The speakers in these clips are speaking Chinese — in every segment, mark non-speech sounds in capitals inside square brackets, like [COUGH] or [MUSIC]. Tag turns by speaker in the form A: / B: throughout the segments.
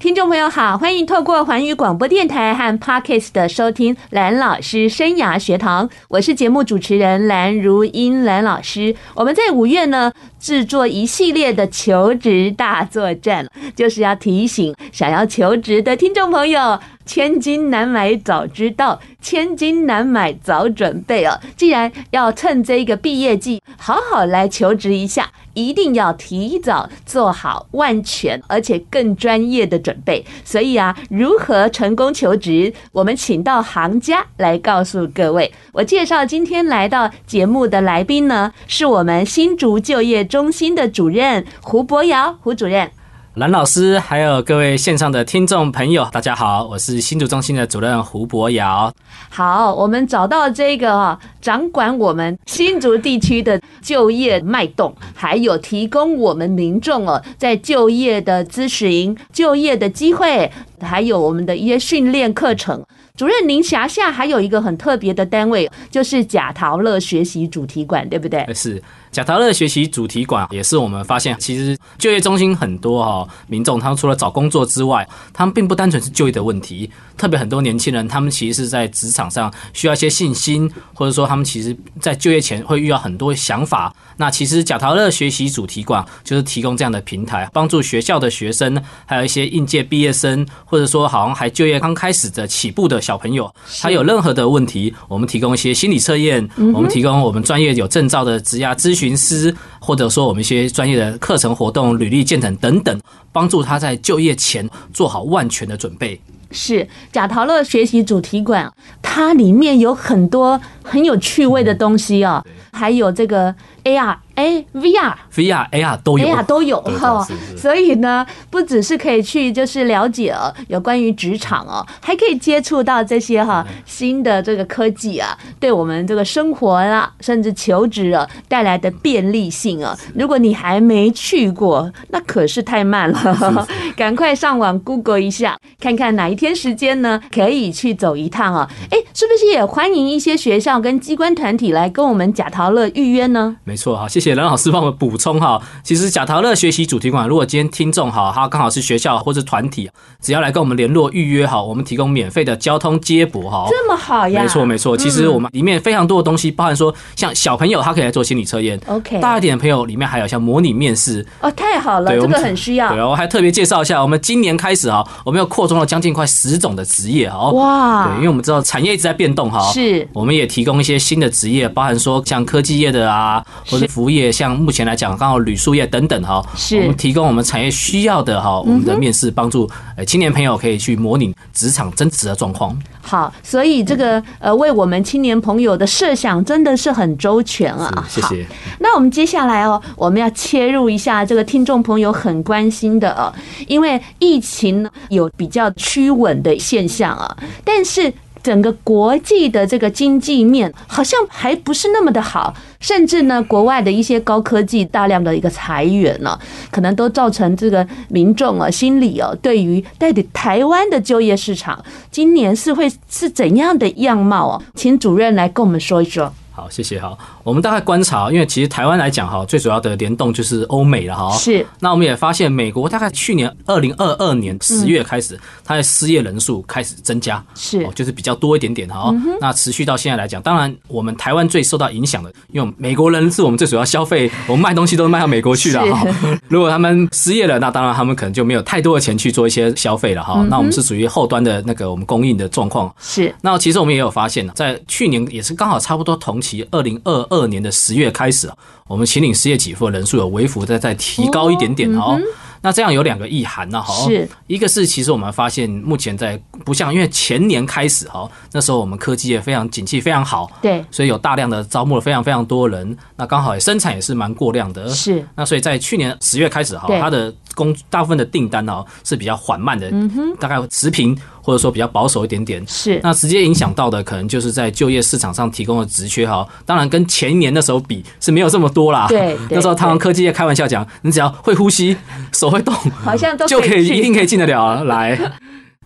A: 听众朋友好，欢迎透过环宇广播电台和 Podcast 的收听蓝老师生涯学堂，我是节目主持人蓝如英蓝老师。我们在五月呢制作一系列的求职大作战，就是要提醒想要求职的听众朋友。千金难买早知道，千金难买早准备哦。既然要趁这个毕业季好好来求职一下，一定要提早做好万全而且更专业的准备。所以啊，如何成功求职，我们请到行家来告诉各位。我介绍今天来到节目的来宾呢，是我们新竹就业中心的主任胡博尧，胡主任。
B: 蓝老师，还有各位线上的听众朋友，大家好，我是新竹中心的主任胡博尧。
A: 好，我们找到这个哈、掌管我们新竹地区的就业脉动，还有提供我们民众哦在就业的咨询、就业的机会，还有我们的一些训练课程。主任，您辖下还有一个很特别的单位，就是贾陶乐学习主题馆，对不对？
B: 呃是贾陶乐学习主题馆，也是我们发现，其实就业中心很多哦，民众他们除了找工作之外，他们并不单纯是就业的问题，特别很多年轻人，他们其实是在职场上需要一些信心，或者说他们其实在就业前会遇到很多想法。那其实贾陶乐学习主题馆就是提供这样的平台，帮助学校的学生，还有一些应届毕业生，或者说好像还就业刚开始的起步的小朋友，他有任何的问题，我们提供一些心理测验，
A: 嗯
B: 我们提供我们专业有证照的职涯咨询师，或者说我们一些专业的课程活动、履历健诊等等，帮助他在就业前做好万全的准备。
A: 是贾陶乐学习主题馆，它里面有很多很有趣味的东西哦，还有这个 AR、哎 VR、
B: VR、AR 都有，
A: 哎呀，都有
B: 对
A: 哈、
B: 是是
A: 所以呢，不只是可以去就是了解哦有关于职场哦，还可以接触到这些哈、
B: 嗯
A: 新的这个科技啊，对我们这个生活啊，甚至求职啊带来的便利性啊。如果你还没去过，那可是太慢了，赶快上网 Google 一下，看看哪一天时间呢可以去走一趟啊。哎，是不是也欢迎一些学校跟机关团体来跟我们贾陶乐预约呢？
B: 没错哈，谢谢蓝老师帮我们补充哈。其实贾陶乐学习主题馆，如果今天听众哈，他刚好是学校或是团体，啊只要来跟我们联络预约哈，我们提供免费的交通接驳哈。
A: 这么好呀！
B: 哦没错没错，其实我们里面非常多的东西，包含说像小朋友他可以来做心理测验
A: OK
B: 大一点的朋友里面还有像模拟面试，
A: 哦，太好了，
B: 对
A: 这
B: 我
A: 个
B: 们
A: 很需要
B: 对。哦，我还特别介绍一下，我们今年开始哈，我们又扩充了将近快十种的职业哈。
A: 哇
B: 对，因为我们知道产业一直在变动哈，
A: 是
B: 我们也提供一些新的职业，包含说像科技业的啊，或者服务业，像目前来讲，刚好旅宿业等等哈，
A: 是嗯
B: 我们提供我们产业需要的哈，我们的面试帮助呃青年朋友可以去模拟职场真实的状况。
A: 好，所以这个呃，为我们青年朋友的设想真的是很周全啊。
B: 嗯是谢谢
A: 好。那我们接下来哦，我们要切入一下这个听众朋友很关心的哦，因为疫情呢有比较趋稳的现象啊，但是。整个国际的这个经济面好像还不是那么的好，甚至呢，国外的一些高科技大量的一个裁员呢、可能都造成这个民众啊心里哦、对于到底台湾的就业市场今年是会是怎样的样貌哦、请主任来跟我们说一说。
B: 好，谢谢哈。我们大概观察，因为其实台湾来讲哈，最主要的联动就是欧美了哈。
A: 是。
B: 那我们也发现，美国大概去年二零二二年十月开始，它的失业人数开始增加，
A: 是
B: 哦就是比较多一点点哈。哦那持续到现在来讲，当然我们台湾最受到影响的，因为我们美国人是我们最主要消费，我们卖东西都卖到美国去了哈。如果他们失业了，那当然他们可能就没有太多的钱去做一些消费了哈。那我们是属于后端的那个我们供应的状况。
A: 是
B: 那其实我们也有发现呢，啊在去年也是刚好差不多同期，二零二二年的十月开始啊，我们秦岭失业给付的人数有微幅在在提高一点点哦。那这样有两个意涵呢，哈，
A: 嗯是
B: 一个是其实我们发现目前在不像，因为前年开始哈，那时候我们科技业非常景气非常好，
A: 对
B: 所以有大量的招募了非常非常多人，那刚好也生产也是蛮过量的，
A: 是
B: 那所以在去年十月开始哈哦
A: 对，
B: 它的工大部分的订单哦是比较缓慢的，
A: 嗯
B: 大概持平或者说比较保守一点点。
A: 是
B: 那直接影响到的可能就是在就业市场上提供的职缺哈，当然跟前一年那时候比是没有这么多啦。 [LAUGHS]
A: 对对
B: 那时候台湾科技业开玩笑讲，你只要会呼吸、手会动，
A: 好像都
B: 就
A: 可以
B: 可以
A: 去 [LAUGHS]
B: 一定可以进得了来。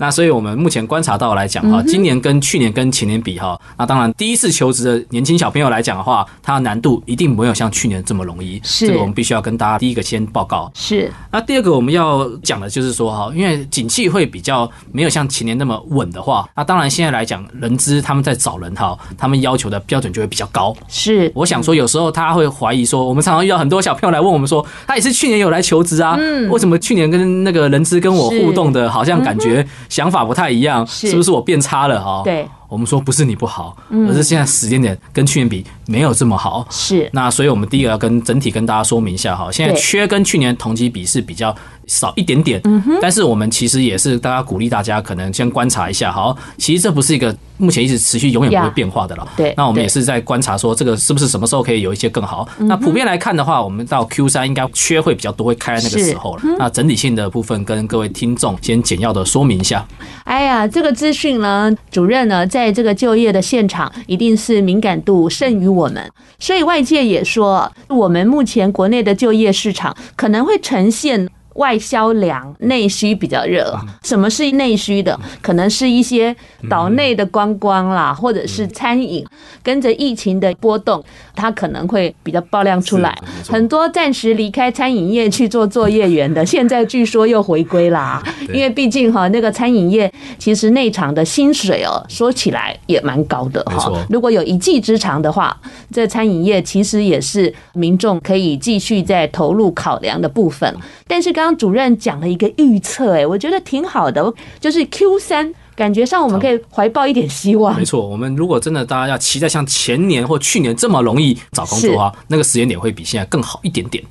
B: 那所以我们目前观察到来讲
A: 嗯
B: 哈，今年跟去年跟前年比哈，那当然第一次求职的年轻小朋友来讲的话，他的难度一定没有像去年这么容易。
A: 是
B: 这个我们必须要跟大家第一个先报告。
A: 是
B: 那第二个我们要讲的就是说哈，因为景气会比较没有像前年那么稳的话，那当然现在来讲，人资他们在找人哈，他们要求的标准就会比较高。
A: 是，
B: 我想说，有时候他会怀疑说，我们常常遇到很多小朋友来问我们说，他也是去年有来求职啊，
A: 嗯
B: 为什么去年跟那个人资跟我互动的，好像感觉想法不太一样，
A: 是
B: 是不是我变差了哈？
A: 对，嗯
B: 我们说不是你不好，而是现在时间点跟去年比没有这么好。
A: 是
B: 那所以，我们第一个要跟整体跟大家说明一下哈，现在
A: 对
B: 缺跟去年同期比是比较少一点点，
A: 嗯
B: 但是我们其实也是大家鼓励大家可能先观察一下，好，其实这不是一个目前一直持续永远不
A: 呀
B: 会变化的了。
A: 对
B: 那我们
A: 对
B: 也是在观察说这个是不是什么时候可以有一些更好。
A: 嗯
B: 那普遍来看的话，我们到 Q 三应该缺会比较多，会开在那个
A: 是
B: 时候了。那整体性的部分跟各位听众先简要的说明一下。
A: 哎呀，这个资讯呢，主任呢，在这个就业的现场，一定是敏感度胜于我们，所以外界也说，我们目前国内的就业市场可能会呈现。外销凉，内需比较热。什么是内需的？可能是一些岛
B: 嗯
A: 内的观光啦，或者是餐饮，跟着疫情的波动，它可能会比较爆量出来。
B: 是没错
A: 很多暂时离开餐饮业去做作业员的， [LAUGHS] 现在据说又回归啦。
B: 对
A: 因为毕竟哈，那个餐饮业其实内场的薪水哦，说起来也蛮高的
B: 没
A: 哈
B: 错。
A: 如果有一技之长的话，这餐饮业其实也是民众可以继续在投入考量的部分。
B: 嗯
A: 但是刚刚主任讲了一个预测，哎，我觉得挺好的，就是 Q 三，感觉上我们可以怀抱一点希望
B: 没。错，我们如果真的大家要期待像前年或去年这么容易找工作的话，那个时间点会比现在更好一点点。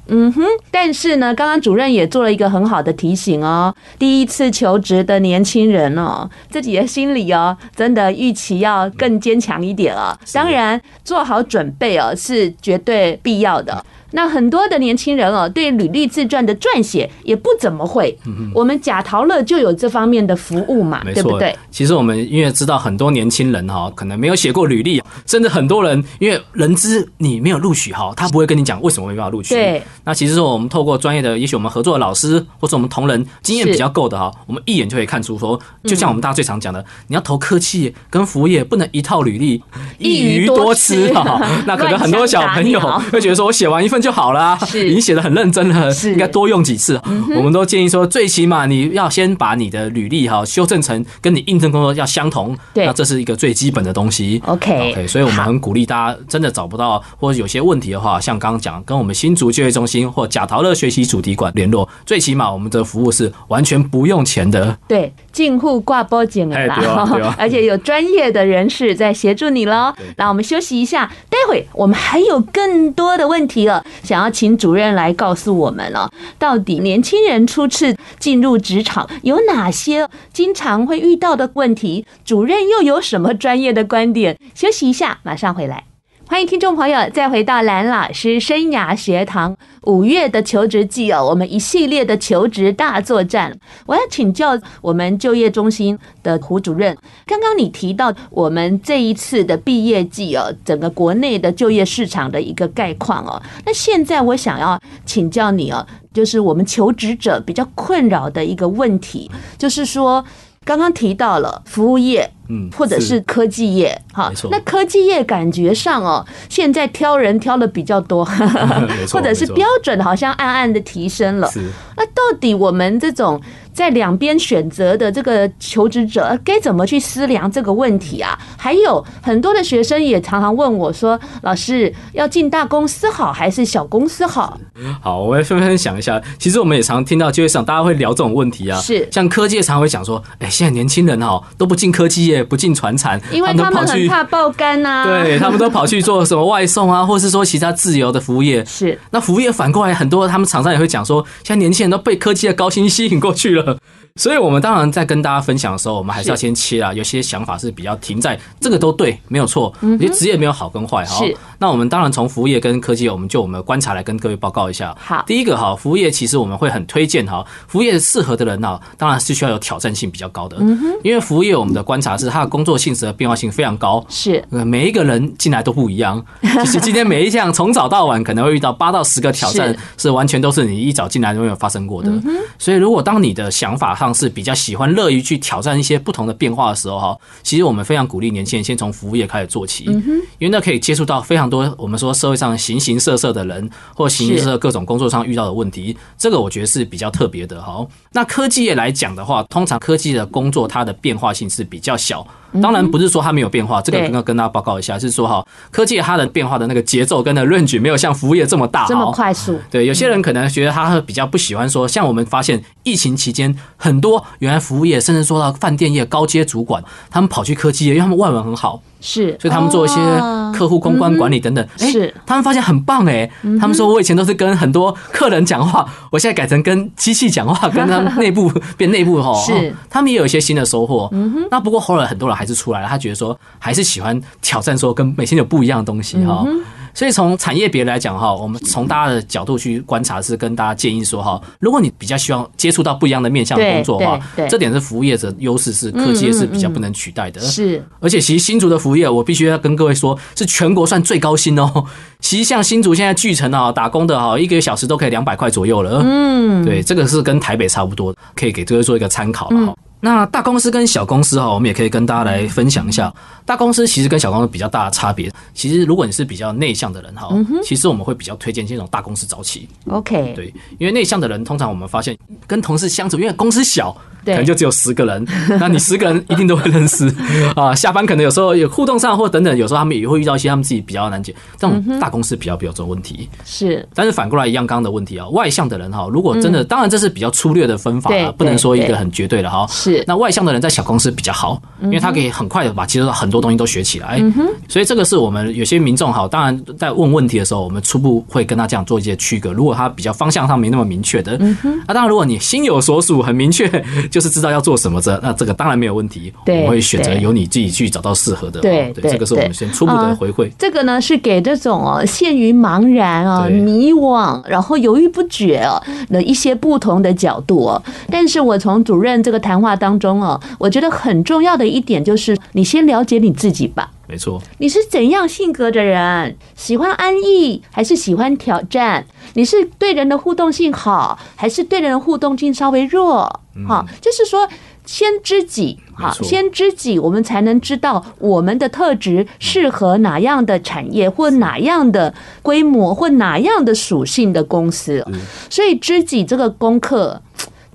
A: 但是呢，刚刚主任也做了一个很好的提醒哦，第一次求职的年轻人哦，自己的心理哦，真的预期要更坚强一点哦。当然，做好准备哦是绝对必要的。那很多的年轻人哦，对履历自传的撰写也不怎么会。我们假陶乐就有这方面的服务嘛，
B: 嗯没
A: 对不
B: 错，
A: 对？
B: 其实我们因为知道很多年轻人哈，可能没有写过履历，甚至很多人因为人资你没有录取哈，他不会跟你讲为什么没办法录取。
A: 对，
B: 那其实说我们透过专业的，也许我们合作的老师或者我们同仁经验
A: 是嗯
B: 比较够的哈，我们一眼就可以看出说，就像我们大家最常讲的，你要投科技跟服务业，不能一套履历
A: 一鱼
B: 鱼
A: 多
B: 多
A: 吃 [LAUGHS]
B: 吃哈。那可能很多小朋友
A: 乱枪打鸟
B: 会觉得说我写完一份就好啦，
A: 哦 [LAUGHS] 是
B: 已经写的很认真了，
A: 是
B: 应该多用几次。啊
A: 嗯
B: 我们都建议说，最起码你要先把你的履历哈修正成跟你应征工作要相同，
A: 对
B: 那这是一个最基本的东西。
A: OK
B: OK，所以我们很鼓励大家，真的找不到或者有些问题的话，像刚刚讲，跟我们新竹就业中心或贾陶乐学习主题馆联络，最起码我们的服务是完全不用
A: [LAUGHS]
B: 钱的。
A: 对，近乎挂波警了
B: 哎对
A: [LAUGHS]
B: 啊对
A: 啦
B: 啊，
A: 而且有专业的人士在协助你喽
B: 对。
A: 那我们休息一下，待会我们还有更多的问题哦，想要请主任来告诉我们哦，到底年轻人初次进入职场有哪些经常会遇到的问题？主任又有什么专业的观点？休息一下，马上回来。欢迎听众朋友再回到蓝老师生涯学堂。五月的求职季哦，我们一系列的求职大作战，我要请教我们就业中心的胡主任。刚刚你提到我们这一次的毕业季哦，整个国内的就业市场的一个概况哦，那现在我想要请教你哦，就是我们求职者比较困扰的一个问题，就是说。刚刚提到了服务业，
B: 嗯
A: 或者是科技业，哈
B: 没，错
A: 那科技业感觉上哦，现在挑人挑的比较多，
B: 嗯没错
A: 或者是
B: 没错
A: 标准好像暗暗的提升了。
B: 是。
A: 那到底我们这种在两边选择的这个求职者呃该怎么去思量这个问题啊？还有很多的学生也常常问我说：“老师，要进大公司好还是小公司好
B: 好，我们分分享一下。其实我们也常听到就业市场，大家会聊这种问题啊。
A: 是
B: 像科技业常会讲说，哎、现在年轻人哈都不进科技业，不进船产？”，
A: 因为他
B: 都跑
A: 们很
B: 去，
A: 怕爆肝啊呐、
B: 对，他们都跑去做什么外送啊，或是说其他自由的服务业。
A: 是
B: 那服务业反过来，很多他们厂商也会讲说，现在年轻人都被科技的高薪吸引过去了。 [LAUGHS] 所以，我们当然在跟大家分享的时候，我们还是要
A: 是嗯
B: 先切啊。有些想法是比较停在这个都对，没有错。我觉得职业没有好跟坏哈
A: 是。
B: 那我们当然从服务业跟科技业，我们就我们的观察来跟各位报告一下。
A: 好
B: 第一个哈，服务业其实我们会很推荐哈，服务业适合的人呢，当然是需要有挑战性比较高的。
A: 嗯
B: 因为服务业我们的观察是，它的工作性质的变化性非常高，
A: 是
B: 呃，每一个人进来都不一
A: [LAUGHS]
B: 样。其实今天每一项从早到晚可能会遇到八到十个挑战
A: 是，嗯
B: 是完全都是你一早进来就没有发生过的。所以，如果当你的想法和方式比较喜欢、乐于去挑战一些不同的变化的时候，哈，其实我们非常鼓励年轻人先从服务业开始做起，
A: 嗯
B: 因为那可以接触到非常多我们说社会上形形色色的人，或形形色色各种工作上遇到的问题，这个我觉得是比较特别的哈。那科技业来讲的话，通常科技的工作它的变化性是比较小，
A: 嗯
B: 当然不是说它没有变化，这个
A: 对
B: 刚刚跟大家报告一下，是说哈，科技它的变化的那个节奏跟的 range 没有像服务业这么大，
A: 这么
B: 哈
A: 快速，
B: 对，有些人可能觉得他会比较不喜欢说，像我们发现疫情期间，很多原来服务业，甚至说到饭店业高阶主管，他们跑去科技业，因为他们外文很好，
A: 是，
B: 所以他们做一些
A: 哦嗯
B: 客户公关管理等等。哎、
A: 是嗯
B: 他们发现很棒哎、他们说我以前都是跟很多客人讲话，我现在改成跟机器讲话，跟他们内
A: [LAUGHS]
B: 部变内部吼。
A: 是嗯
B: 哦他们也有一些新的收获。那不过后来很多人还是出来了，他觉得说还是喜欢挑战，说跟每天有不一样的东西哈。
A: 嗯
B: 所以从产业别来讲哈，我们从大家的角度去观察，是跟大家建议说哈，如果你比较希望接触到不一样的面向的
A: 对
B: 工作的话
A: 对，对
B: 这点是服务业者优势，是科技业是比较不能取代的。
A: 是
B: 而且其实新竹的服务业，我必须要跟各位说，是全国算最高薪哦。 [LAUGHS] 其实像新竹现在巨城啊，打工的哈、一个小时都可以两百块左右了。嗯，对，这个是跟台北差不多，可以给各位做一个参考了哈、啊那大公司跟小公司哈、我们也可以跟大家来分享一下。大公司其实跟小公司比较大的差别，其实如果你是比较内向的人哈、其实我们会比较推荐这种大公司早起。
A: OK，
B: 对，因为内向的人，通常我们发现跟同事相处，因为公司小，可
A: 对
B: 能就只有十个人， [LAUGHS] 那你十个人一定都会
A: [LAUGHS]
B: 认识啊。下班可能有时候有互动上或等等，有时候他们也会遇到一些他们自己比较难解，
A: 嗯
B: 这种大公司比较比较这种问题。
A: 是
B: 但是反过来一样，刚刚的问题啊，外向的人哈，如果真的，当然这是比较粗略的分
A: 嗯
B: 法
A: 对
B: 啊，不能说一
A: 对
B: 个很绝对的哈。
A: 是
B: 那外向的人在小公司比较好，
A: 嗯
B: 因为他可以很快的把接触到很多东西都学起来。所以这个是我们有些民众好，当然在问问题的时候，我们初步会跟他这样做一些区隔。如果他比较方向上没那么明确的，
A: 嗯
B: 那当然如果你心有所属，很明确，就是知道要做什么的，那这个当然没有问题。我
A: 对
B: 们会选择
A: 对
B: 由你自己去找到适合的。哦
A: 对对嗯
B: 对，这个是我们先初步
A: 对
B: 的回馈。
A: 这个呢是给这种哦陷于茫然哦、
B: 对
A: 迷惘，然后犹豫不决哦的一些不同的角度哦。但是我从主任这个谈话当中哦，我觉得很重要的一点就是，你先了解你自己吧。
B: 没错，
A: 你是怎样性格的人？喜欢安逸还是喜欢挑战？你是对人的互动性好，还是对人的互动性稍微弱？哈、就是说先知己，哈
B: 嗯没，错
A: 先知己，我们才能知道我们的特质适合哪样的产业或哪样的规模或哪样的属性的公司。所以知己这个功课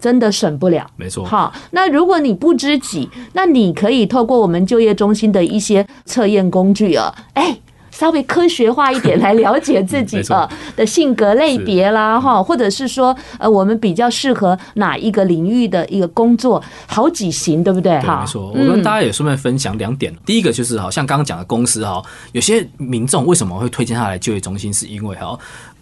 A: 真的省不了。
B: 没错。
A: 好，啊那如果你不知己，那你可以透过我们就业中心的一些测验工具啊，哎。稍微科学化一点来了解自己
B: 嗯没错
A: 呃的性格类别啦哈，或者是说呃我们比较适合哪一个领域的一个工作，好几型对不对
B: 对，
A: 哈嗯
B: 没？错。我跟大家也顺便分享两点，第一个就是好像刚刚讲的公司哈，有些民众为什么会推荐他来就业中心，是因为哈。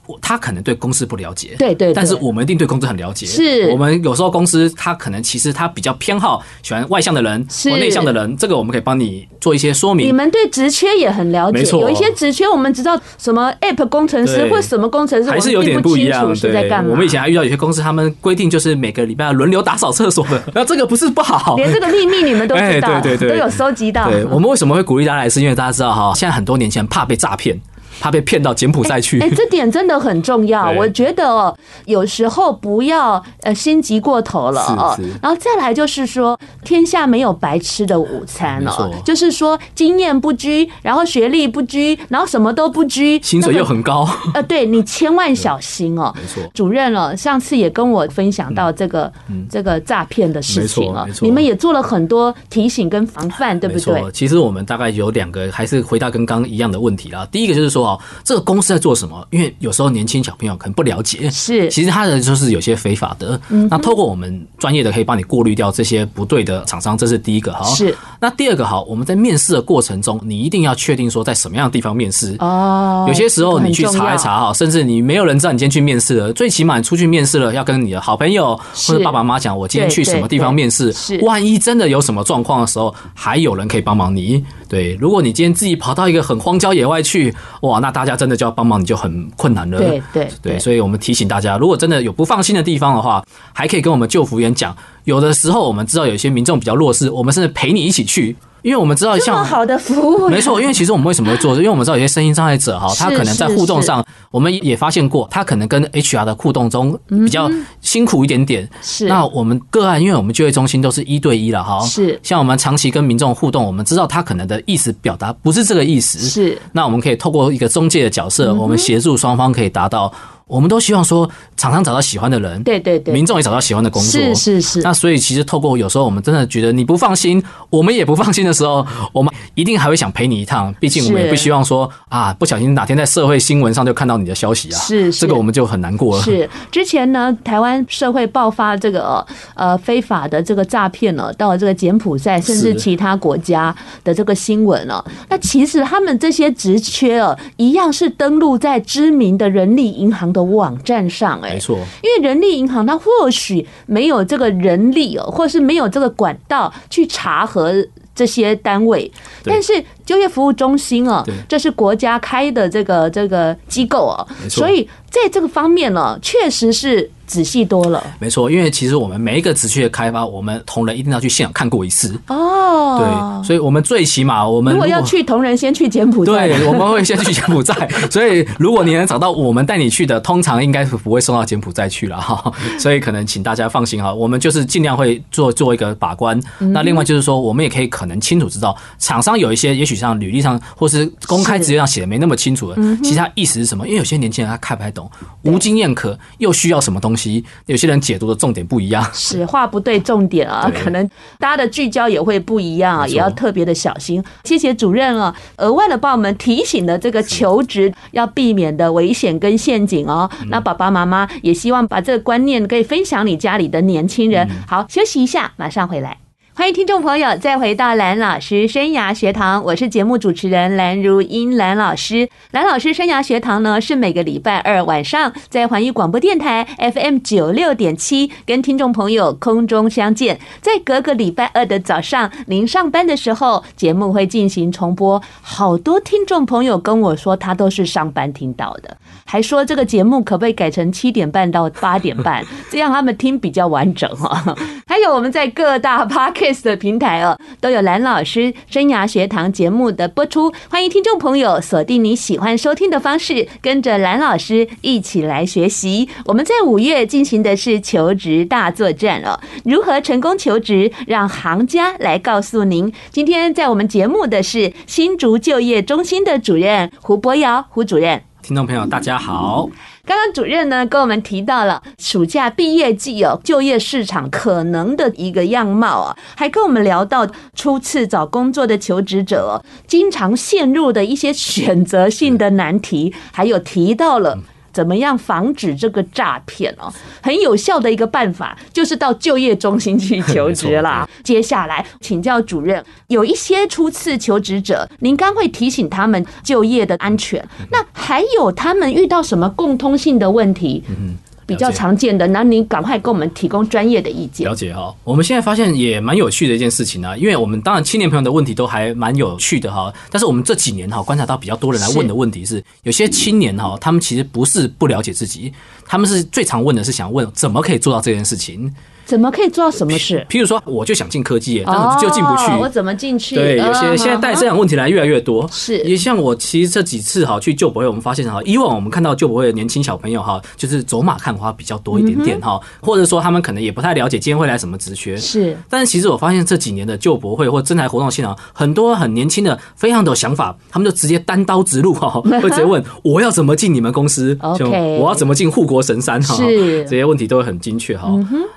B: 我他可能对公司不了解，
A: 对对对
B: 但是我们一定对公司很了解。
A: 是
B: 我们有时候公司他可能其实他比较偏好喜欢外向的人
A: 是
B: 或内向的人，这个我们可以帮你做一些说
A: 你
B: 明。
A: 们对职缺也很了解，
B: 没错
A: 有一些职缺我们知道什么 App 工程师
B: 对
A: 或什么工程师，我
B: 还
A: 们
B: 是有点
A: 并不
B: 一
A: 清
B: 样
A: 楚，是在干嘛。
B: 我们以前还遇到有些公司，他们规定就是每个礼拜要轮流打扫厕所的， [LAUGHS] 那这个不是不好，
A: 连这个秘密你们都知道，
B: [LAUGHS] 哎对对对
A: 都有收集到。
B: 对，我们为什么会鼓励大家来？是因为大家知道哈，现在很多年轻人怕被诈骗，怕被骗到柬埔寨去。
A: 哎、这点真的很重要。
B: 对
A: 我觉得哦，有时候不要呃心急过头了哦。
B: 是是
A: 然后再来就是说，天下没有白吃的午餐
B: 没
A: 哦
B: 错，
A: 就是说经验不拘，然后学历不拘，然后什么都不拘，
B: [LAUGHS] 薪水
A: 那
B: 又
A: 么
B: 很高，
A: 呃，对你千万小心哦。
B: 没错，
A: 主任哦，上次也跟我分享到这个、这个诈骗的事情哦
B: 嗯没错没，错
A: 你们也做了很多提醒跟防范，对
B: 没
A: 不
B: 错。
A: 对？
B: 其实我们大概有两个，还是回答跟刚刚一样的问题啦。第一个就是说哦，这个公司在做什么？因为有时候年轻小朋友可能不了解，
A: 是嗯
B: 其实他的就是有些非法的。那透过我们专业的可以帮你过滤掉这些不对的厂商，这是第一个哈。
A: 是。
B: 那第二个好，我们在面试的过程中，你一定要确定说在什么样的地方面试。
A: 哦，
B: 有些时候你去
A: 这个
B: 查
A: 很
B: 一
A: 重要，
B: 查哈，甚至你没有人知道你今天去面试了，最起码你出去面试了，要跟你的好朋友
A: 是
B: 或者爸爸妈妈讲，我今天去什么地方面
A: 对
B: 试
A: 对对是，
B: 万一真的有什么状况的时候，还有人可以帮忙你。对，如果你今天自己跑到一个很荒郊野外去，哇，那大家真的就要帮忙你就很困难了。
A: 对对
B: 对，所以我们提醒大家，如果真的有不放心的地方的话，还可以跟我们救服员讲。有的时候我们知道有一些民众比较弱势，我们甚至陪你一起去，因为我们知道
A: 这么
B: 像。
A: 好的服务，
B: 没错，因为其实我们为什么会
A: [LAUGHS]
B: 做，因为我们知道有些身心障碍者哈，
A: 是
B: 他可能在互动上，我们也发现过，他可能跟 HR 的互动中比较辛苦一点点。
A: 嗯是
B: 那我们个案，因为我们就业中心都是一对一了哈，
A: 是
B: 像我们长期跟民众互动，我们知道他可能的意思表达不是这个意思，
A: 是嗯
B: 那我们可以透过一个中介的角色，我们协助双方可以达到，我们都希望说厂商找到喜欢的人，
A: 对对对，
B: 民众也找到喜欢的工作，
A: 是是是，
B: 那所以其实透过有时候我们真的觉得你不放心，我们也不放心的时候，我们一定还会想陪你一趟，毕竟我们
A: 是
B: 也不希望说啊，不小心哪天在社会新闻上就看到你的消息啊，
A: 是是
B: 这个我们就很难过了。
A: 是之前呢，台湾社会爆发这个呃非法的这个诈骗呢，到了这个柬埔寨甚至
B: 是
A: 其他国家的这个新闻哦。那其实他们这些职缺哦，一样是登录在知名的人力银行的网站上，哎
B: 没，错，
A: 因为人力银行它或许没有这个人力哦，或是没有这个管道去查核。这些单位，
B: 对
A: 但是就业服务中心哦
B: 对，
A: 这是国家开的这个这个机构哦，
B: 没错
A: 所以在这个方面呢、确实是仔细多了
B: 没错，因为其实我们每一个职区的开发，我们同仁一定要去现场看过一次。对
A: 哦，。
B: 所以我们最起码我们
A: 如果要去同仁，先去柬埔寨。
B: 对，我们会先去柬埔寨，所以如果你能找到我们带你去的，通常应该是不会送到柬埔寨去了哈。所以可能请大家放心哈，我们就是尽量会做做一个把关。那另外就是说，我们也可以可能清楚知道，厂商有一些也许像履历上或是公开
A: 是
B: 职业上写的没那么清楚的，其实他意思是什么？因为有些年轻人他看不太懂，无经验可又需要什么东西，有些人解读的重点不一样。
A: 啊是话不对重点啊，
B: 对
A: 可能大家的聚焦也会不一样啊，
B: 没错
A: 也要特别的小心。谢谢主任啊，额外的帮我们提醒了这个求职要避免的危险跟陷阱哦。
B: 嗯
A: 那爸爸妈妈也希望把这个观念可以分享你家里的年轻
B: 嗯
A: 人。好，休息一下，马上回来。欢迎听众朋友再回到蓝老师生涯学堂，我是节目主持人蓝如英蓝老师。蓝老师生涯学堂呢是每个礼拜二晚上在环宇广播电台 FM 九六点七跟听众朋友空中相见，在隔个礼拜二的早上您上班的时候，节目会进行重播。好多听众朋友跟我说，他都是上班听到的，还说这个节目可不可以改成七点半到八点半，这样他们听比较完整哦。 [LAUGHS] 还有我们在各大 [LAUGHS] podcast 的平台哦，都有蓝老师生涯学堂节目的播出，欢迎听众朋友锁定你喜欢收听的方式，跟着蓝老师一起来学习。我们在五月进行的是求职大作战哦，如何成功求职，让行家来告诉您。今天在我们节目的是新竹就业中心的主任胡博尧胡主任。
B: 听众朋友，大家好。
A: 刚刚主任呢跟我们提到了暑假毕业季哦，就业市场可能的一个样貌啊，还跟我们聊到初次找工作的求职者、哦、经常陷入的一些选择性的难题，还有提到了。怎么样防止这个诈骗哦？很有效的一个办法就是到就业中心去求职
B: [LAUGHS]
A: 啦。接下来请教主任，有一些初次求职者，您刚会提醒他们就业的安全，
B: 嗯
A: 那还有他们遇到什么共通性的问题？
B: 嗯
A: 比较常见的，那您赶快给我们提供专业的意见
B: 了。解哈、我们现在发现也蛮有趣的一件事情啊，因为我们当然青年朋友的问题都还蛮有趣的哈、但是我们这几年哈、观察到比较多人来问的问题是，有些青年哈、他们其实不是不了解自己，他们是最常问的是想问怎么可以做到这件事情。
A: 怎么可以做到什么事？
B: 譬如说，我就想进科技耶，但
A: 哦
B: 我，就进不去。
A: 我怎么进去？
B: 对，有些
A: 嗯
B: 现在带这样问题来越来越多。
A: 是
B: 也像我其实这几次哈去旧博会，我们发现哈，以往我们看到旧博会的年轻小朋友哈，就是走马看花比较多一点
A: 嗯
B: 点哈，或者说他们可能也不太了解今天会来什么职学。
A: 是
B: 但是其实我发现这几年的旧博会或征才活动现场，很多很年轻的非常的有想法，他们就直接单刀直入
A: [LAUGHS]
B: 哈，会直接问我要怎么进你们公司
A: OK
B: 就我要怎么进护国神山哈，
A: 是嗯
B: 这些问题都会很精确哈。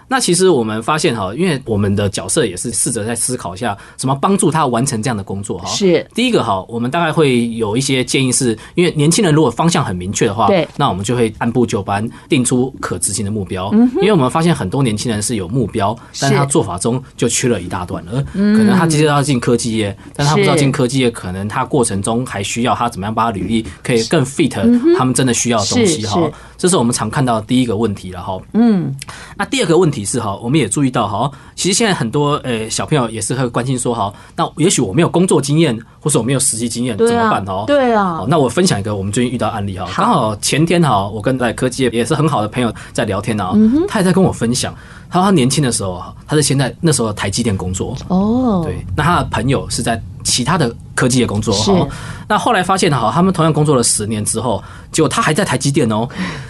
B: 那其实我们发现哈，因为我们的角色也是试着在思考一下，怎么帮助他完成这样的工作哈。
A: 是
B: 第一个哈，我们大概会有一些建议是，因为年轻人如果方向很明确的话，
A: 对
B: 那我们就会按部就班定出可执行的目标。嗯、因为我们发现很多年轻人是有目标，但
A: 是嗯
B: 他做法中就缺了一大段了。可能他接着要进科技业，但他不知道
A: 是
B: 进科技业，可能他过程中还需要他怎么样把他履历可以更 fit 他们真的需要的东西
A: 是
B: 哈
A: 嗯是。
B: 这是我们常看到的第一个问题了哈。
A: 嗯，
B: 那第二个问题是哈，我们也注意到哈，其实现在很多呃小朋友也是会关心说哈，那也许我没有工作经验，或是我没有实习经验，怎
A: 对
B: 么
A: 啊
B: 办哦，？
A: 对啊
B: 好，，那我分享一个我们最近遇到案例哈，
A: 好
B: 刚好前天哈，我跟在科技业也是很好的朋友在聊天啊，
A: 嗯
B: 他也在跟我分享，他说他年轻的时候啊，他是现在那时候台积电工作，
A: 哦，
B: 对，那他的朋友是在其他的科技业工作
A: 是
B: 哈，那后来发现哈，他们同样工作了十年之后，结果他还在台积电
A: [LAUGHS]
B: 哦，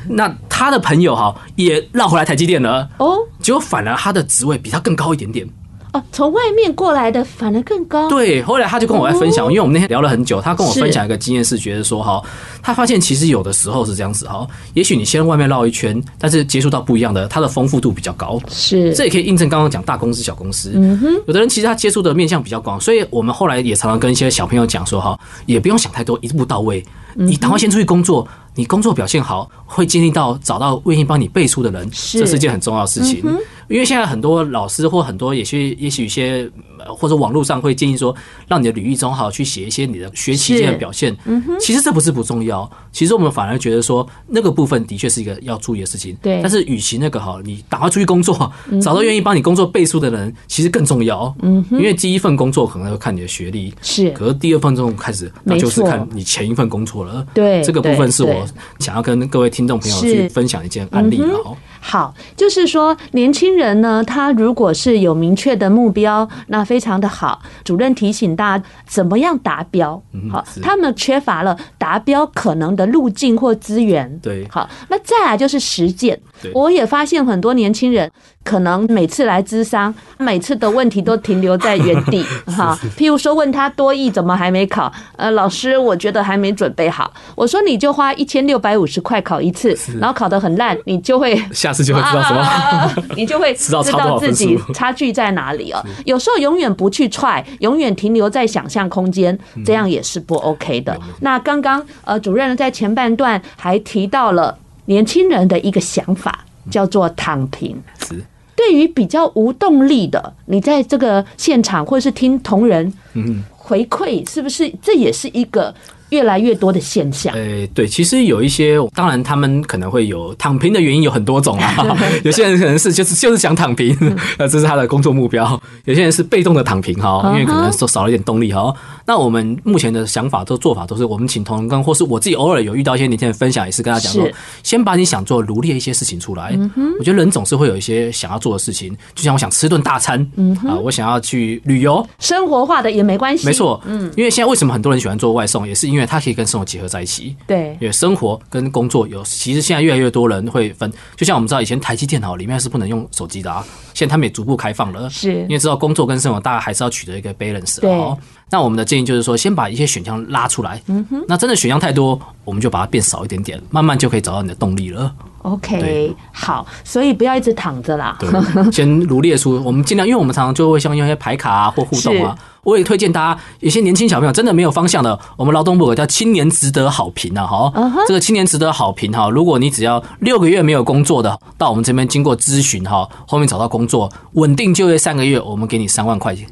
B: 那他的朋友哈也绕回来台积电了，
A: 哦
B: 结果反而他的职位比他更高一点点。
A: 哦，从外面过来的反而更高，
B: 对，后来他就跟我在分享，因为我们那天聊了很久，他跟我
A: 是
B: 分享一个经验是，觉得说哈，他发现其实有的时候是这样子哈，也许你先外面绕一圈，但是接触到不一样的，它的丰富度比较高。
A: 是嗯
B: 这也可以印证刚刚讲大公司、小公司。有的人其实他接触的面向比较广，所以我们后来也常常跟一些小朋友讲说哈，也不用想太多，一步到位，
A: 嗯
B: 你赶快先出去工作，你工作表现好，会建立到找到愿意帮你背书的人，
A: 是嗯
B: 这是一件很重要的事情。因为现在很多老师或很多也许也许一些呃或者网络上会建议说，让你的履历中好去写一些你的学习间的
A: 是嗯
B: 表现。其实这不是不重要，其实我们反而觉得说那个部分的确是一个要注意的事情。
A: 对
B: 但是与其那个哈，你赶快出去工作，找到愿意帮你工作背书的人，其实更重要。嗯，因为第一份工作可能要看你的学历，
A: 是，
B: 可是第二份工作开始，那就是
A: 没错
B: 看你前一份工作了。
A: 对
B: 这个部分是
A: 对
B: 我想要跟各位听众朋友
A: 是
B: 去分享一件案例了哦。
A: 好，就是说年轻人呢，他如果是有明确的目标，那非常的好。主任提醒大家怎么样达标，好
B: 嗯是，
A: 他们缺乏了达标可能的路径或资源。
B: 对
A: 好，那再来就是实践
B: 对。
A: 我也发现很多年轻人可能每次来咨商，每次的问题都停留在原
B: [LAUGHS]
A: 地哈。譬如说问他多艺怎么还没考，呃，老师我觉得还没准备好。我说你就花一千六百五十块考一次，然后考得很烂，你就会
B: 下次就会知道什么。
A: 啊 [LAUGHS] 你就会知
B: 知道差多
A: 道
B: 少
A: 自
B: 分数
A: 己差距在哪里哦。有时候永远不去踹，永远停留在想象空间，
B: 嗯
A: 这样也是不 OK 的。那刚刚呃，主任在前半段还提到了年轻人的一个想法，叫做躺平。
B: 嗯是
A: 对于比较无动力的，你在这个现场或是听同仁
B: 嗯
A: 回馈，是不是这也是一个越来越多的现象？
B: 呃，对，其实有一些，当然他们可能会有躺平的原因有很多种啊。有些人可能是就是就是想躺平，呃，这是他的工作目标。有些人是被动的躺平哈，因为可能说少了一点动力哈。那我们目前的想法都做法都是，我们请同仁跟或是我自己偶尔有遇到一些年轻人分享，也是跟他讲说
A: 是，
B: 先把你想做罗列一些事情出来。我觉得人总是会有一些想要做的事情，就像我想吃顿大餐，啊，我想要去旅游，
A: 生活化的也没关系，
B: 没，错，嗯，因为现在为什么很多人喜欢做外送，也是因为它可以跟生活结合在一起。
A: 对，
B: 因为生活跟工作有，其实现在越来越多人会分，就像我们知道以前台积电脑里面是不能用手机的啊，现在他们也逐步开放了，
A: 是
B: 因为知道工作跟生活大家还是要取得一个 balance 了哦。那我们的建议就是说，先把一些选项拉出来，嗯哼，那真的选项太多，我们就把它变少一点点，慢慢就可以找到你的动力了。
A: OK，
B: 对
A: 好，所以不要一直躺着啦。 [LAUGHS]
B: 对，先罗列出，我们尽量，因为我们常常就会像用一些牌卡啊或互动啊。我也推荐大家，有些年轻小朋友真的没有方向的，我们劳动部有叫青年值得好评啊，哈、
A: 嗯哼
B: 这个青年值得好评哈，如果你只要六个月没有工作的，到我们这边经过咨询哈，后面找到工作，稳定就业三个月，我们给你三万块钱。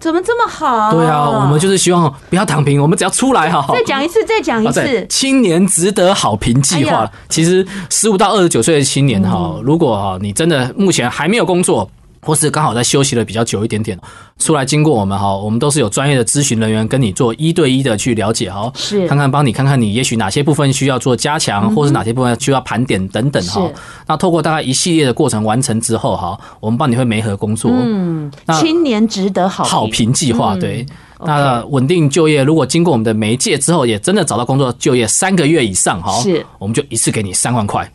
A: 怎么这么好？
B: 对啊，我们就是希望不要躺平，我们只要出来哈。
A: 哦再讲一次，再讲一
B: 啊，对，
A: 次。
B: 青年值得好评计
A: 哎
B: 划。
A: 呀嗯
B: 其实十五到二十九岁的青年哈，如果哈你真的目前还没有工作。或是刚好在休息了比较久一点点，出来经过我们哈，我们都是有专业的咨询人员跟你做一对一的去了解哈，
A: 是嗯
B: 看看帮你看看你也许哪些部分需要做加强，或是哪些部分需要盘点等等哈
A: 是。
B: 那透过大概一系列的过程完成之后哈，我们帮你会媒合工作，嗯，那
A: 青年值得好
B: 好
A: 评，嗯
B: 评计划，对。那稳定就业，如果经过我们的媒介之后，也真的找到工作就业三个月以上哈，
A: 是
B: 我们就一次给你三万块。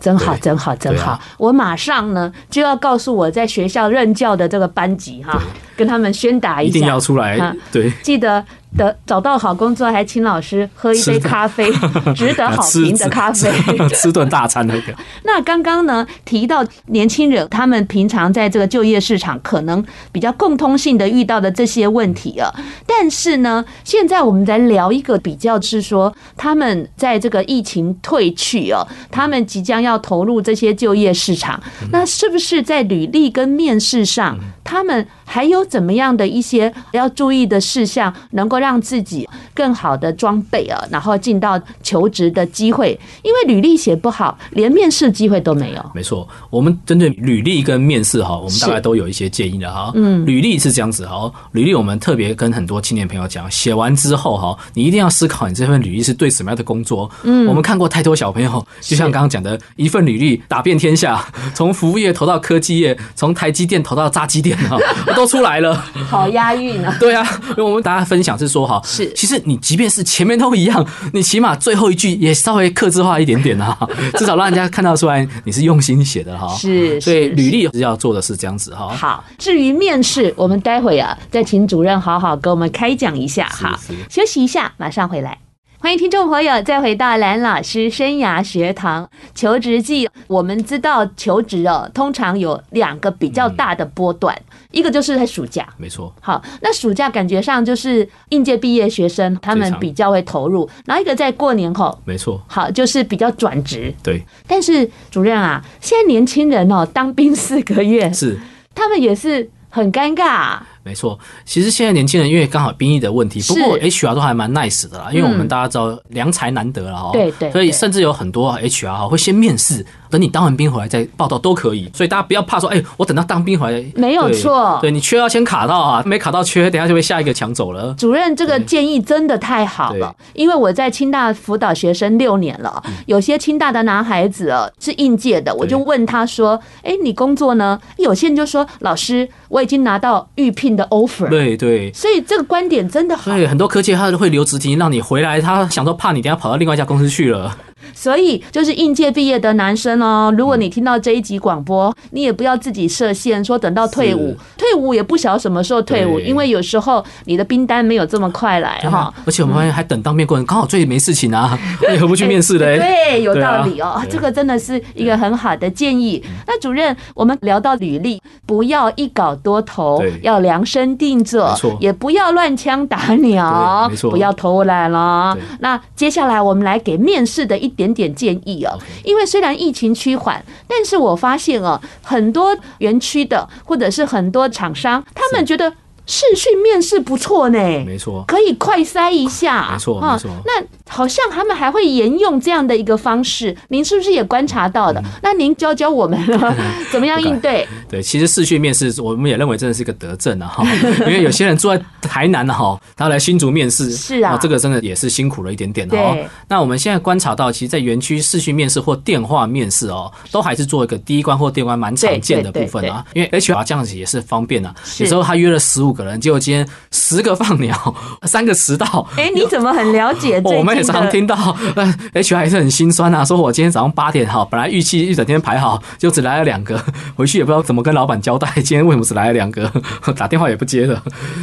A: 真好，
B: 对
A: 真好，真
B: 对
A: 好！
B: 啊
A: 我马上呢就要告诉我在学校任教的这个班级哈，跟他们宣达
B: 一
A: 下，
B: 定要出来
A: 啊 [LAUGHS]
B: 对，
A: 记得得找到好工作，还请老师喝一杯
B: 吃饭
A: 咖
B: [LAUGHS]
A: 啡，值得好评的咖啡。
B: 吃 [LAUGHS] 吃顿大餐那个，
A: 那刚刚呢提到年轻人，他们平常在这个就业市场可能比较共通性的遇到的这些问题啊，但是呢，现在我们来聊一个比较是说，他们在这个疫情退去哦、他们即将要投入这些就业市场，
B: 嗯
A: 那是不是在履历跟面试上，呃他们还有怎么样的一些要注意的事项，能够让自己更好的装备啊，然后进到求职的机会。因为履历写不好，连面试机会都没
B: [LAUGHS]
A: 有。
B: 没错，我们针对履历跟面试哈，我们
A: 是
B: 大概都有一些建议的哈。嗯，履历是这样子哈，履历我们特别跟很多青年朋友讲，写完之后哈，你一定要思考你这份履历是对什么样的工作。嗯，我们看过太多小朋友，就像刚刚讲的，一份履历打遍
A: [LAUGHS]
B: 天下，从服务业投到科技业，从台积电投到炸鸡
A: [LAUGHS]
B: 店哈，都出来了。
A: 好押韵啊！
B: 对啊，因为我们大家分享是说哈，
A: 是
B: 其实你即便是前面都一样，你起码最后一句也稍微克制化一点点啊，至少让人家看到出来你是用心写的哈。
A: 是
B: 所以
A: 是
B: 履历是要做的是这样子哈。
A: 好，至于面试，我们待会啊再请主任好好给我们开讲一下
B: 是
A: 哈
B: 是。
A: 休息一下，马上回来。欢迎听众朋友再回到蓝老师生涯学堂求职季。我们知道求职哦，通常有两个比较大的波段，一个就是在暑假。
B: 没错，
A: 好，那暑假感觉上就是应届毕业学生他
B: 最
A: 们
B: 长
A: 比较会投入，然后一个在过年后，
B: 没错，
A: 好就是比较转职。
B: 对，
A: 但是主任啊，现在年轻人哦，当兵四个月，
B: 是。
A: 他们也是很尴尬、啊。
B: 没错，其实现在年轻人因为刚好兵役的问题，
A: 是
B: 不过 HR 都还蛮 nice 的啦，因为我们
A: 嗯
B: 大家知道良才难得了哦，
A: 对对
B: 所以
A: 对
B: 甚至有很多 HR 哈会先面试，等你当完兵回来再报道都可以，所以大家不要怕说，哎、我等到当兵回来
A: 没有
B: 对
A: 错
B: 对你缺要先卡到啊，没卡到缺，等一下就被下一个抢走了。
A: 主任这个建议真的太好了，因为我在清大辅导学生六年了，
B: 嗯
A: 有些清大的男孩子哦是应届的，我就问他说：“哎，你工作呢？”有些人就说：“老师，我已经拿到预聘的 offer。
B: 对对”。
A: 所以这个观点真的好
B: 所，以很多科技他会留职停，让你回来，他想说怕你等一下跑到另外一家公司去了。
A: 所以就是应届毕业的男生哦，如果你听到这一集广播，你也不要自己设限，说等到退伍，退伍也不晓什么时候退伍，
B: 对啊
A: 因为有时候你的兵单没有这么快来哈、嗯
B: 而且我们发现还等当面过人，刚好最没事情啊，那你何不去面试
A: [LAUGHS]
B: 嘞？
A: 对，有
B: 对啊嗯
A: 道理哦，
B: 对
A: 这个真的是一个很好的建议。那主任，我们聊到履历，不要一稿多投
B: 对，
A: 要量身定
B: 没
A: 做
B: 错，
A: 也不要乱枪打鸟
B: 对没，错
A: 不要偷懒了
B: 对。
A: 那接下来我们来给面试的一点点建议哦
B: OK，
A: 因为虽然疫情趋缓，但是我发现哦，很多园区的或者是很多厂商，他们觉得视讯面试不错呢。
B: 没错，
A: 可以快筛一下，
B: 没错
A: 啊
B: 没错
A: 那好像他们还会沿用这样的一个方式，您是不是也观察到
B: 嗯
A: 的？那您教教我们
B: [LAUGHS]
A: 了，怎么样应对？
B: 对，其实视讯面试，我们也认为真的是一个德政啊哈， [LAUGHS] 因为有些人住在台南的哈，他来新竹面试，
A: 是啊
B: 哦这个真的也是辛苦了一点点的哦
A: 对。
B: 那我们现在观察到，其实，在园区视讯面试或电话面试哦，都还是做一个第一关或第二关蛮常见的部分啊，因为 HR 这样子也是方便啊。
A: 是
B: 有时候他约了十五个人，结果今天十个放鸟，三个迟到，
A: 哎、你怎么很了解
B: 哦
A: 最
B: 我们也
A: 近
B: 常
A: 的？
B: 听到， [LAUGHS] 呃，HR 还是很心酸啊，说我今天早上八点哈，本来预期一整天排好，就只来了两个， [LAUGHS] 回去也不知道怎么跟老板交代，今天为什么只来了两个， [LAUGHS] 打电话也不接的。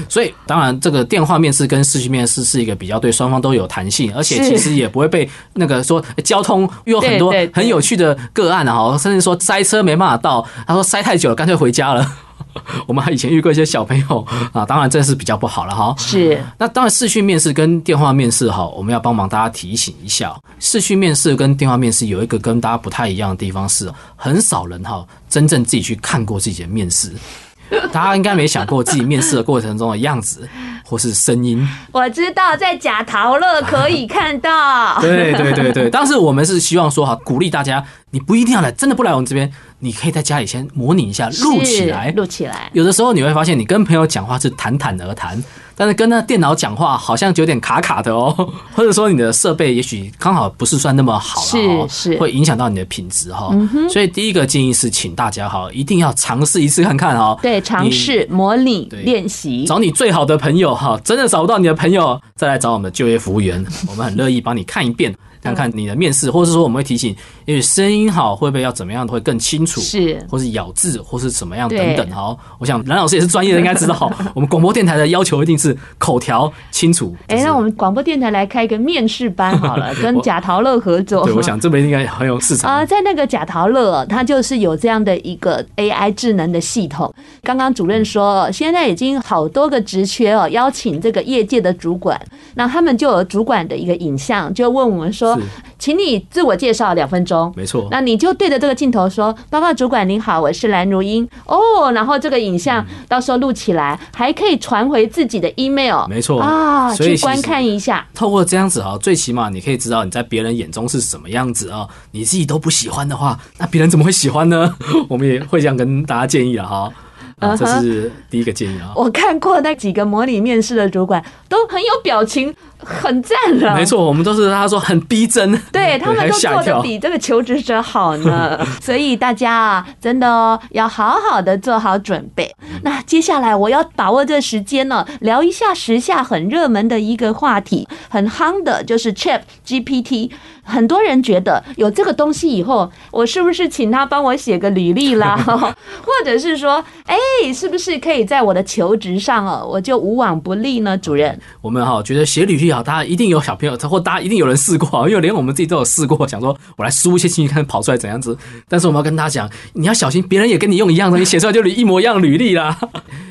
B: 所以当然，这个电话面试跟视讯面试是一个比较对双方都有弹性，而且
A: 是
B: 其实也不会被那个说呃交通又有很多
A: 对对对
B: 很有趣的个案啊，哦甚至说塞车没办法到，他说塞太久了，干脆回家了。 [LAUGHS] 我们还以前遇过一些小朋友啊，当然这是比较不好了哈。
A: 是
B: 那当然，视讯面试跟电话面试哈，我们要帮忙大家提醒一下哦，视讯面试跟电话面试有一个跟大家不太一样的地方是，很少人哈真正自己去看过自己的面试。大家应该没想过自己面试的过程中的样子，或是声音。。
A: 我知道，在假陶乐可以看到
B: [LAUGHS] 对对对对，当时我们是希望说哈，鼓励大家，你不一定要来，真的不来我们这边，你可以在家里先模拟一下，录起
A: 是
B: 来，
A: 录起来。
B: 有的时候你会发现，你跟朋友讲话是侃侃而谈，但是跟那电脑讲话好像就有点卡卡的哦， [LAUGHS] 或者说你的设备也许刚好不是算那么好了、哦，
A: 是嗯是
B: 会影响到你的品质哈、所以第一个建议是，请大家哈，一定要尝试一次看看哦。
A: 对，尝试模拟
B: 对
A: 练习。
B: 找你最好的朋友哈，真的找不到你的朋友，再来找我们的就业服务员， [LAUGHS] 我们很乐意帮你看一遍，看看你的面试，或者是说我们会提醒，因为声音好会不会要怎么样会更清楚，
A: 是
B: 或是咬字，或是怎么样
A: 对
B: 等等。好，我想蓝老师也是专业的，应该
A: [LAUGHS]
B: 知道我们广播电台的要求一定是口条清楚。
A: 哎、
B: 就是
A: 那我们广播电台来开一个面试班好
B: [LAUGHS]
A: 了，跟假陶乐合作。
B: 对，我想这边应该很有市场。
A: 啊、在那个贾陶乐哦，它就是有这样的一个 AI 智能的系统。刚刚主任说，现在已经好多个职缺哦，邀请这个业界的主管，那他们就有主管的一个影像，就问我们说，说
B: 是，
A: 请你自我介绍两分钟。
B: 没错，
A: 那你就对着这个镜头说：“报告主管您好，我是蓝如英。”哦，然后这个影像
B: 嗯
A: 到时候录起来，还可以传回自己的 email。
B: 没错
A: 啊，
B: 所以
A: 去
B: 其实
A: 观看一下。
B: 透过这样子哈，最起码你可以知道你在别人眼中是什么样子啊。你自己都不喜欢的话，那别人怎么会喜欢呢？ [LAUGHS] 我们也会这样跟大家建议了哈。啊，
A: 嗯
B: 这
A: 哼
B: 是第一个建议啊。
A: 我看过那几个模拟面试的主管都很有表情，很赞了。
B: 没，错，我们都是他说很逼真，
A: 对他们
B: 嗯还
A: 都
B: 吓
A: 做
B: 一
A: 的
B: 跳。
A: 比这个求职者好
B: [LAUGHS]
A: 呢。所以大家啊，真的哦，要好好的做好准备。
B: 嗯
A: 那接下来我要把握这时间呢，聊一下时下很热门的一个话题，很夯的，就是 Chat GPT。很多人觉得有这个东西以后，我是不是请他帮我写个履历
B: [LAUGHS]
A: 啦？或者是说，哎、是不是可以在我的求职上哦，我就无往不利呢？主任，
B: 我们哈觉得写履历啊，大家一定有小朋友，或大家一定有人试过啊，因为连我们自己都有试过，想说我来输一些进去看跑出来怎样子。但是我们要跟大家讲，你要小心，别人也跟你用一样的，你写出来就一模一样的履历啦。 [LAUGHS]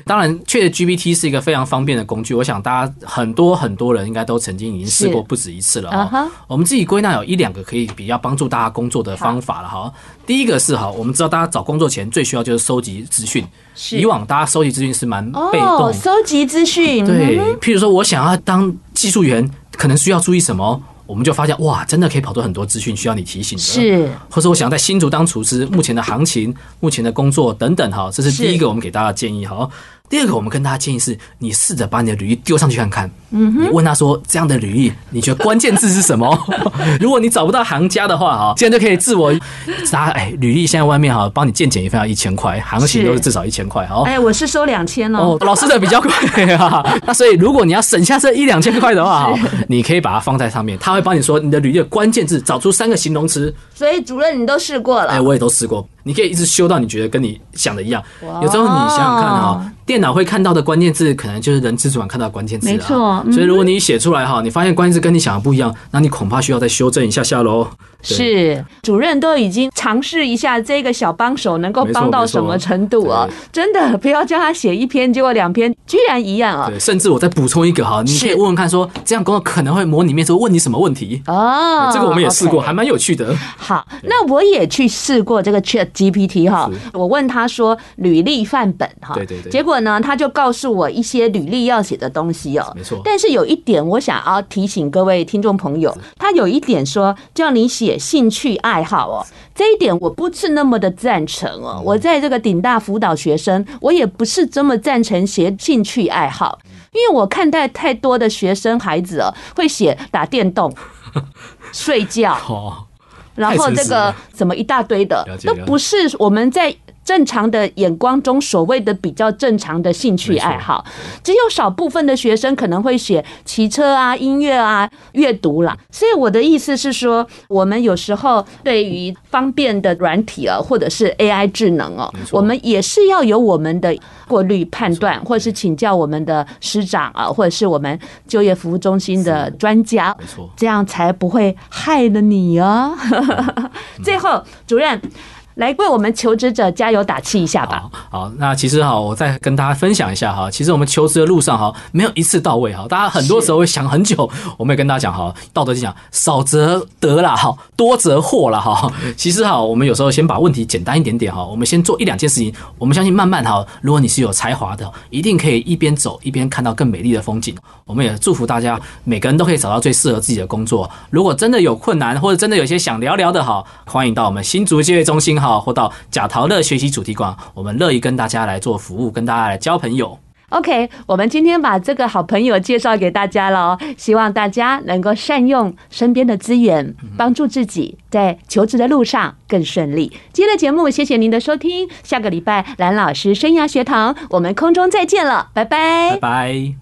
B: 当然，Chat GPT 是一个非常方便的工具，我想大家很多很多人应该都曾经已经试过
A: 是
B: 不止一次了、
A: 啊
B: 哦。
A: 哈，
B: 我们自己归纳有一两个可以比较帮助大家工作的方法了哈。第一个是哈，我们知道大家找工作前最需要就是收集资讯，
A: 是
B: 以往大家收集资讯是蛮被
A: 哦，
B: 动的。
A: 搜集资讯，嗯
B: 对，譬如说我想要当技术员，可能需要注意什么，我们就发现哇，真的可以跑出很多资讯需要你提醒的。。
A: 是
B: 或者我想要在新竹当厨师，目前的行情、目前的工作等等哈，这是第一
A: 是
B: 个我们给大家的建议哈。第二个我们跟大家建议是，你试着把你的履历丢上去看看，嗯，你问他说这样的履历，你觉得关键字是什么？ [LAUGHS] 如果你找不到行家的话哈，现在就可以自我拿哎，履历现在外面哈，帮你鉴检一份要一千块，行情
A: 是
B: 都是至少一千块哈。
A: 哎，我是收两千
B: 哦
A: 哦。，
B: 老师的比较贵啊。 [LAUGHS] 那所以如果你要省下这一两千块的话，你可以把它放在上面，他会帮你说你的履历的关键字，找出三个形容词。
A: 所以主任你都试过
B: 哎，
A: 了，
B: 我也都试过，你可以一直修到你觉得跟你想的一样。
A: 哇
B: 有时候你想想看哈、电脑会看到的关键字，可能就是人之主管看到的关键字、啊。
A: 没错嗯
B: 所以如果你写出来哈，你发现关键字跟你想的不一样，那你恐怕需要再修正一下下喽。对
A: 是主任都已经尝试一下这个小帮手能够
B: 没错
A: 帮到
B: 没错
A: 什么程度哦，真的不要叫他写一篇，结果两篇居然一样哦。
B: 对，甚至我再补充一个哈，你可以
A: 是
B: 问问看说，这样工作可能会模拟面试问你什么问题。
A: 哦，
B: 哎这个我们也试过
A: OK
B: 还蛮有趣的。
A: 好，那我也去试过这个 Chat GPT 哈，我问他说履历范本哈，
B: 对对对
A: 结果呢，他就告诉我一些履历要写的东西哦，
B: 没错
A: 但是有一点，我想要提醒各位听众朋友，他有一点说叫你写兴趣爱好哦，这一点我不是那么的赞成哦。我在这个顶大辅导学生，我也不是这么赞成写兴趣爱好。因为我看待太多的学生孩子哦，会写打电动、睡觉、
B: 哦，
A: 然后
B: 太
A: 这
B: 诚实
A: 个
B: 了
A: 什么一大堆的
B: 了，解
A: 都
B: 了解
A: 不是我们在正常的眼光中所谓的比较正常的兴趣爱好。只有少部分的学生可能会写骑车啊、音乐啊、阅读啦。所以我的意思是说，我们有时候对于方便的软体啊，或者是 AI 智能哦，我们也是要有我们的过滤判断，或是请教我们的师长啊，或者是我们就业服务中心的专家。
B: 没错。
A: 这样才不会害了你哦。 [LAUGHS] 最后，主任来为我们求职者加油打气一下吧。
B: 好好，那其实哈，我再跟大家分享一下哈，其实我们求职的路上哈，没有一次到位哈，大家很多时候会想很久。我们也跟大家讲哈，《道德经》讲少则得啦哈，多则祸啦哈。其实哈，我们有时候先把问题简单一点点哈，我们先做一两件事情，我们相信慢慢哈，如果你是有才华的，一定可以一边走一边看到更美丽的风景。我们也祝福大家，每个人都可以找到最适合自己的工作。如果真的有困难，或者真的有些想聊聊的哈，欢迎到我们新竹就业中心哈，或到贾陶乐学习主题馆，我们乐意跟大家来做服务，跟大家来交朋友。
A: OK，我们今天把这个好朋友介绍给大家了哦，希望大家能够善用身边的资源，帮助自己在求职的路上更顺利。今天的节目，谢谢您的收听，下个礼拜蓝老师生涯学堂，我们空中再见了，拜拜
B: 拜拜。